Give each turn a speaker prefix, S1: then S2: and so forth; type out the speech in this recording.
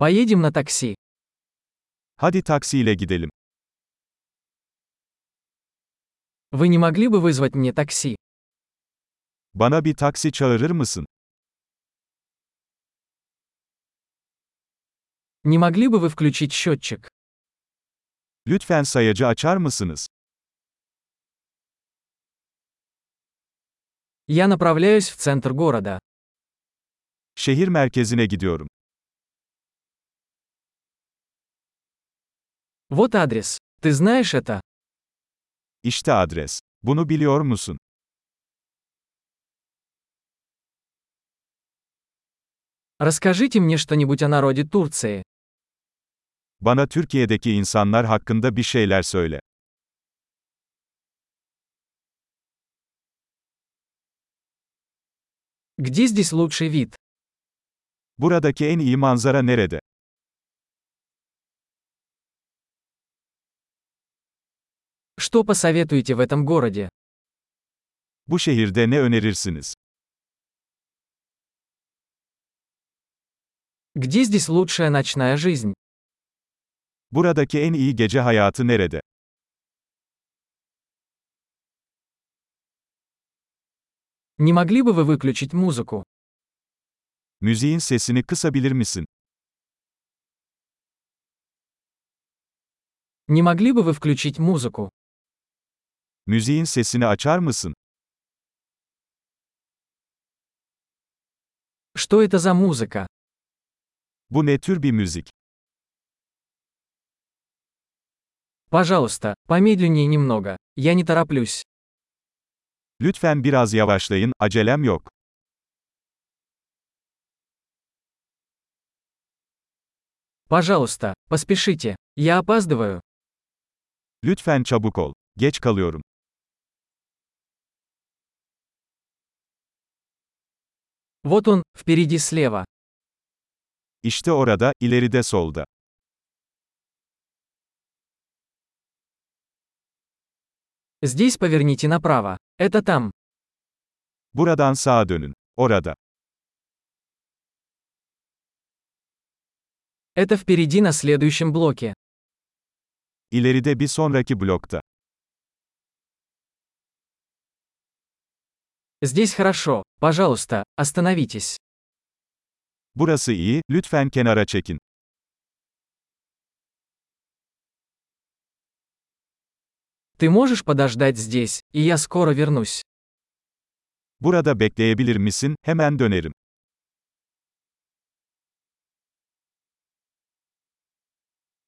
S1: Поедем на такси.
S2: Hadi taksiyle gidelim.
S1: Вы не могли бы вызвать мне такси?
S2: Bana bir taksi çağırır mısın?
S1: Не могли бы вы включить счетчик?
S2: Lütfen sayacı açar mısınız?
S1: Я направляюсь в центр города.
S2: Şehir merkezine gidiyorum.
S1: Вот адрес. Ты знаешь это?
S2: İşte adres. Bunu biliyor musun?
S1: Расскажите мне что-нибудь о народе Турции.
S2: Bana Türkiye'deki insanlar hakkında bir şeyler söyle.
S1: Где здесь лучший вид?
S2: Buradaki en iyi manzara nerede?
S1: Что посоветуете в этом городе?
S2: Bu şehirde ne önerirsiniz?
S1: Где здесь лучшая ночная жизнь?
S2: Buradaki en iyi gece hayatı nerede?
S1: Не могли бы вы выключить музыку?
S2: Müziğin sesini kısabilir misin?
S1: Не могли бы вы включить музыку?
S2: Müziğin sesini açar mısın?
S1: Что это за музыка?
S2: Bu ne tür bir müzik?
S1: Пожалуйста, помедленнее немного. Я не тороплюсь.
S2: Lütfen biraz yavaşlayın, acelem yok.
S1: Пожалуйста, поспешите. Я опаздываю.
S2: Lütfen çabuk ol. Geç kalıyorum.
S1: Вот он, впереди слева.
S2: İşte orada, ileride solda.
S1: Здесь поверните направо. Это там.
S2: Buradan sağa dönün. Orada.
S1: Это впереди на следующем блоке.
S2: İleride bir sonraki blokta.
S1: Здесь хорошо. Пожалуйста, остановитесь.
S2: Burası iyi, lütfen kenara çekin.
S1: Ты можешь подождать здесь, и я скоро вернусь.
S2: Burada bekleyebilir misin? Hemen dönerim.